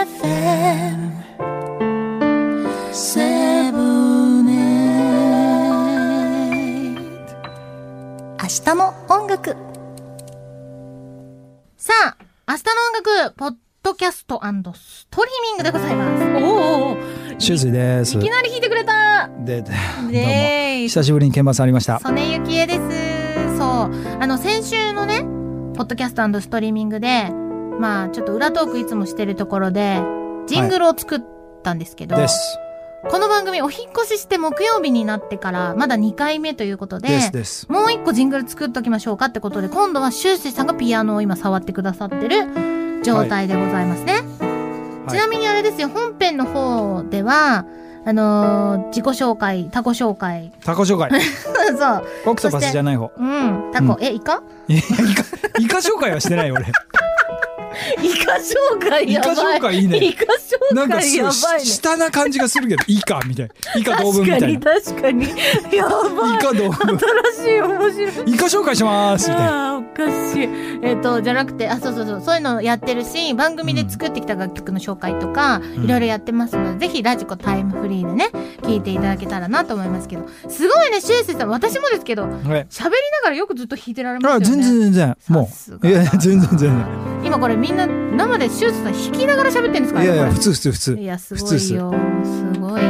FM 78明日の音楽さあ、明日の音楽、ポッドキャストストリーミングでございます。おーシュウスイですいき。なり弾いてくれたで、でねどうえも久しぶりに鍵盤さんありました。曽根ゆきえです。そう。あの、先週のね、ポッドキャストストリーミングで、まあ、ちょっと裏トークいつもしてるところで、ジングルを作ったんですけど、です。この番組お引っ越しして木曜日になってから、まだ2回目ということで、ですです。もう一個ジングル作っときましょうかってことで、今度はシュウスイさんがピアノを今触ってくださってる状態でございますね。いちなみにあれですよ、本編の方では、あのー自己紹介、タコ紹介。タコ紹 介。そう。オクトパスじゃない方。うん、タコ、うえ、イカいやイカイカ紹介はしてないよ 俺。イカ紹介イカ紹介いいね。カなんかすごいし下な感じがするけどイカみたいな。イカ同 文みたいな。確かに。やばイカ同文。新しい、面白い。イカ紹介しますみたいな。あーおかしい。えっ、と、じゃなくて、あ、そうそうそう、そういうのやってるし、番組で作ってきた楽曲の紹介とか、んいろいろやってますので、ぜひラジコタイムフリーでね、聞いていただけたらなと思いますけど、すごいね、シュウセイさん、私もですけど、はい。喋りながらよくずっと弾いてられますよあね。全然全然もさすうがいだやないや全然全然今これみんな生でシュウセイさん弾きながら喋ってるんですからいやねいこやれ普通普通普通いや、す普ご通っいすよ。すごいよ。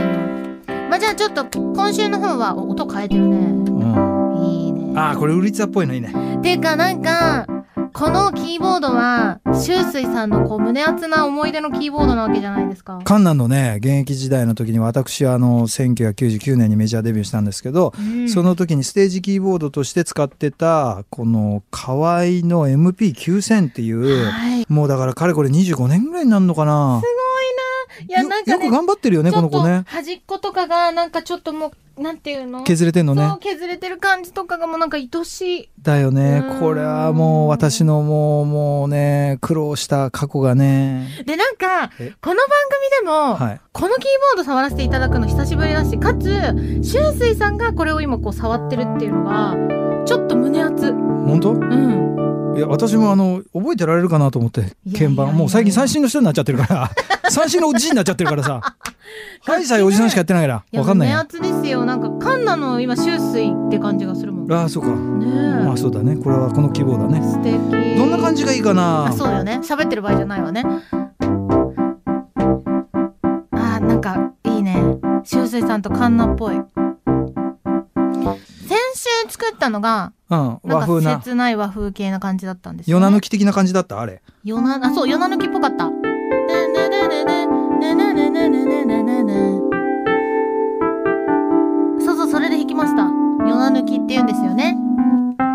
まあ、じゃあちょっと、今週の方はお音変えてるね。うんいいね。あーこれウリツァっぽいのいいねてかなんかこのキーボードはシュウスイさんのこう胸熱な思い出のキーボードなわけじゃないですか。カンナのね現役時代の時に私あの1999年にメジャーデビューしたんですけどうんその時にステージキーボードとして使ってたこの河合の MP9000 っていうはい、いもうだからかれこれ25年ぐらいになるのかなやよなんかよねく頑張ってるよねちこょのっと子ね端っことかがなんかちょっともうなんていうの削れてんのそねう削れてる感じとかがもうなんか愛しい。だよねうんこれはもう私のもうもうね苦労した過去がねでなんかこのえ番組でも、はいこのキーボード触らせていただくの久しぶりだしかつシュウスイさんがこれを今こう触ってるっていうのがちょっと胸熱。本当うんいや私もあの覚えてられるかなと思ってい鍵やいやいや盤もう最近三振の人になっちゃってるから 三振のおじいになっちゃってるから さはいさえおじさんしかやってないからわかんないやよ胸厚ですよなんかカンナの今シュウスイって感じがするもんねああそうかえ、まあそうだねこれはこの希望だね素敵どんな感じがいいかなあそうだよね喋ってる場合じゃないわねあーなんかいいねシュウスイさんとカンナっぽい先週作ったのがうんなん和か風な切ない和風系な感じだったんですよ、夜ね、な抜き的な感じだったあれよなあそうよな抜きっぽかった。ねねねねねねねねねねねねねそうそうそれで弾きました。よな抜きって言うんですよね。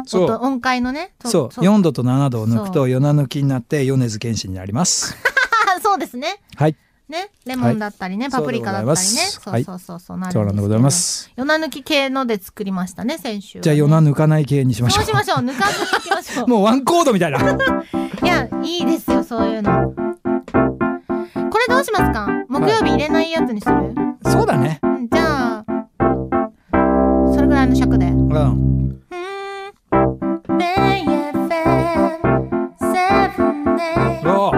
そ音う音階のね。そうそう4度と7度を抜くそと夜な抜きになって米津玄師になります あそうですね。はいねレモンだったりね、はいパプリカだったりそね。うそうでそうそうそうなるんですそうなんでございま。すよな抜き系ので作りましたね先週はね、じゃあ夜な抜かない系にしましそょううしましょう抜かずにいき ましょう。もうワンコードみたいないや、いいですよ、そういうの。これどうしますか木曜日入れないやつにする、そうだねうんじゃあ、それぐらいの尺で。うんど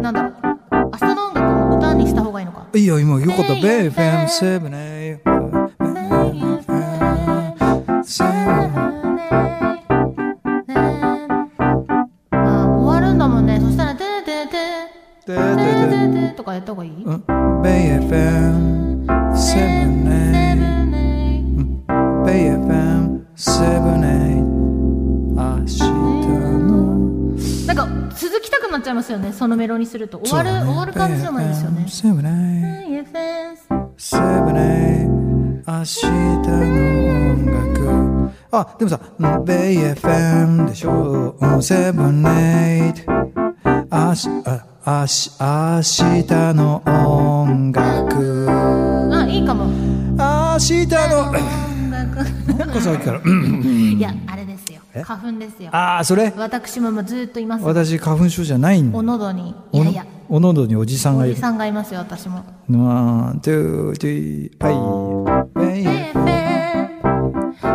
なんだろう。明日の音楽も歌にした方がいいのか。ういいよ今よかったベイフェンセブネあ終わるんだもんね。そしたら、てーてーてー、てーてーてーとかやった方がいいベイエフェンセブネベイエフェンセブネ明日のなんか続きたくなっちゃいますよねそのメロにすると終わる、終わる感じじゃないですよねセブネセブネ明日の音楽あでもさベイエフェンでしょセブネ明日明日明日の音楽あいいかも明日の音楽なんかさっきからうんいやあれですよ花粉ですよああそれ私ももうずっといます私花粉症じゃないんだお喉にいおやのいやおのどにおじさんおがいじるさんがいますよ私もワン、ツー、スリー、はい。はい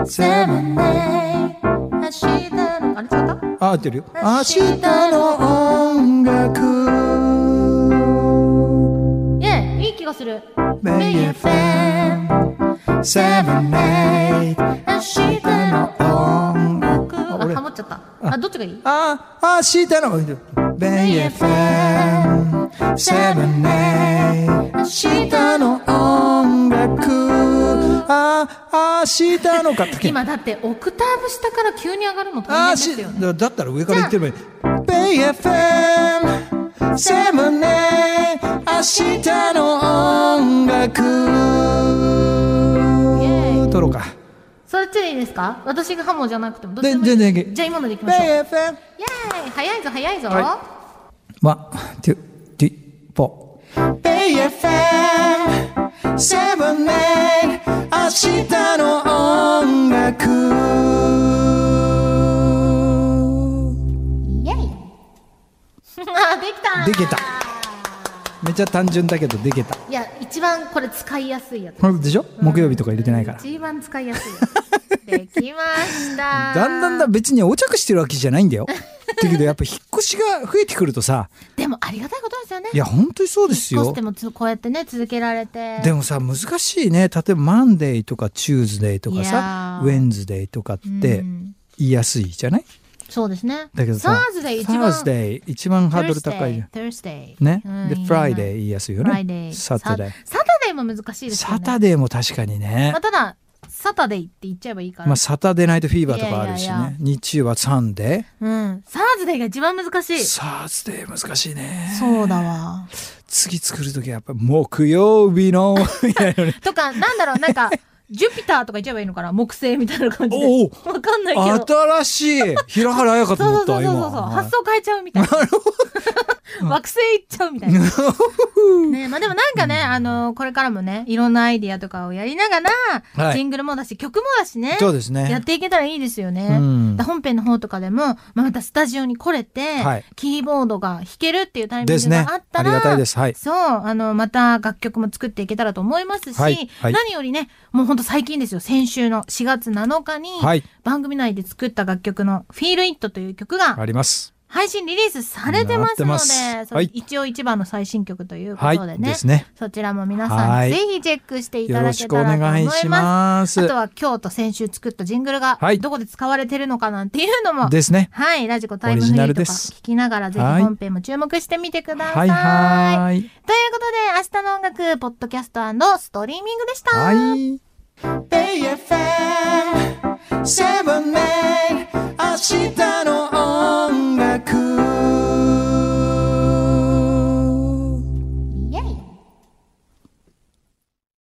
セブンあれ違ったあ、合ってるよ。明日の音楽。気がする。ベイ FM セブンエイト明日の音楽。あ俺あ、ハモっちゃった。あ、どっちがいいああ明日のベイ FM セブンエイト明日の音楽ああ明日のか今だってオクターブ下から急に上がるのあ大ー変しですよね。だだったら上から言ってればいい。BFM セブンエ明日の音イェー楽イ撮ろうか。そっちでいいですか私がハモじゃなくてもどっちででもいい全然いけじゃあ今のでいきましょう。イェ BFM ーイ早いぞ早いぞ。はワン、ツー、ティー、フォー。BFM セブンエ明日の音楽イェーイ あ、できたできためっちゃ単純だけどできた。いや、一番これ使いやすいやつ。ほんでしょ木曜日とか入れてないから。一番使いやすい やつ。できました。だんだんだ別に横着してるわけじゃないんだ よ。だけどやっぱ引っ越しが増えてくるとさでもありがたいことですよね。いや本当にそうですコスよテ。もつこうやってね、続けられて。でもさ難しいね例えばマンデーとかチューズデーとかいやさーウェンズデーとかっうてん言いやすいじゃないそうですね。だけどさサーズで一番。サーズデー一番ハードル高いじゃん。 Thursday。ね。うんでフライデー。言いやすいよね。 Friday。サタデーサ。サタデーも難しいですよね。サタデーも確かにねまあ、。ただ、サタデーって言っちゃえばいいから。まあサタデーナイトフィーバーとかあるしいやいやいね。日曜はサンデうん。サーズデーが一番難しー。い。サーズデー難しいね。そうだわ。次作るときはやっぱ木曜日のみたいなね とか、なんだろう、な んか、ジュピターとか言っちゃえばいいのかな木星みたいな感じで。おうわかんないけど。新しい平原綾香とそ思うっそうそうたそう今そう、は発想変えちゃうみたいな。 惑星行っちゃうみたいな。ねまあでもなんかね、あのこれからもね、いろんなアイディアとかをやりながら、はいジングルもだし、曲もだしねい、そうですやっねていけたらいいですよね。うんだ本編の方とかでも、まあ、またスタジオに来れて、はいキーボードが弾けるっていうタイミでンすグねがあっあたりがたいら、ですはいそう、あの、また楽曲も作っていけたらと思いますし、はいはい何よりね、もうほんと最近ですよ、先週の4月7日に、はい番組内で作った楽曲の Feel It という曲があります配信リリースされてなますので、ってますそのはい一応一番の最新曲というこはいとでね、ですねそちらも皆さはんいぜひチェックしていよただろけしたくおらと思い願います。しますあとは今日と先週作ったジングルがはいどこで使われてるのかなんていうのも、ですねはい、ラジコタイムオリフリジナールとでかす聞きながらぜひはい本編も注目してみてくださ。はいいはいということで明日の音楽、ポッドキャストストリーミングでした。はい。BFM セブン明日の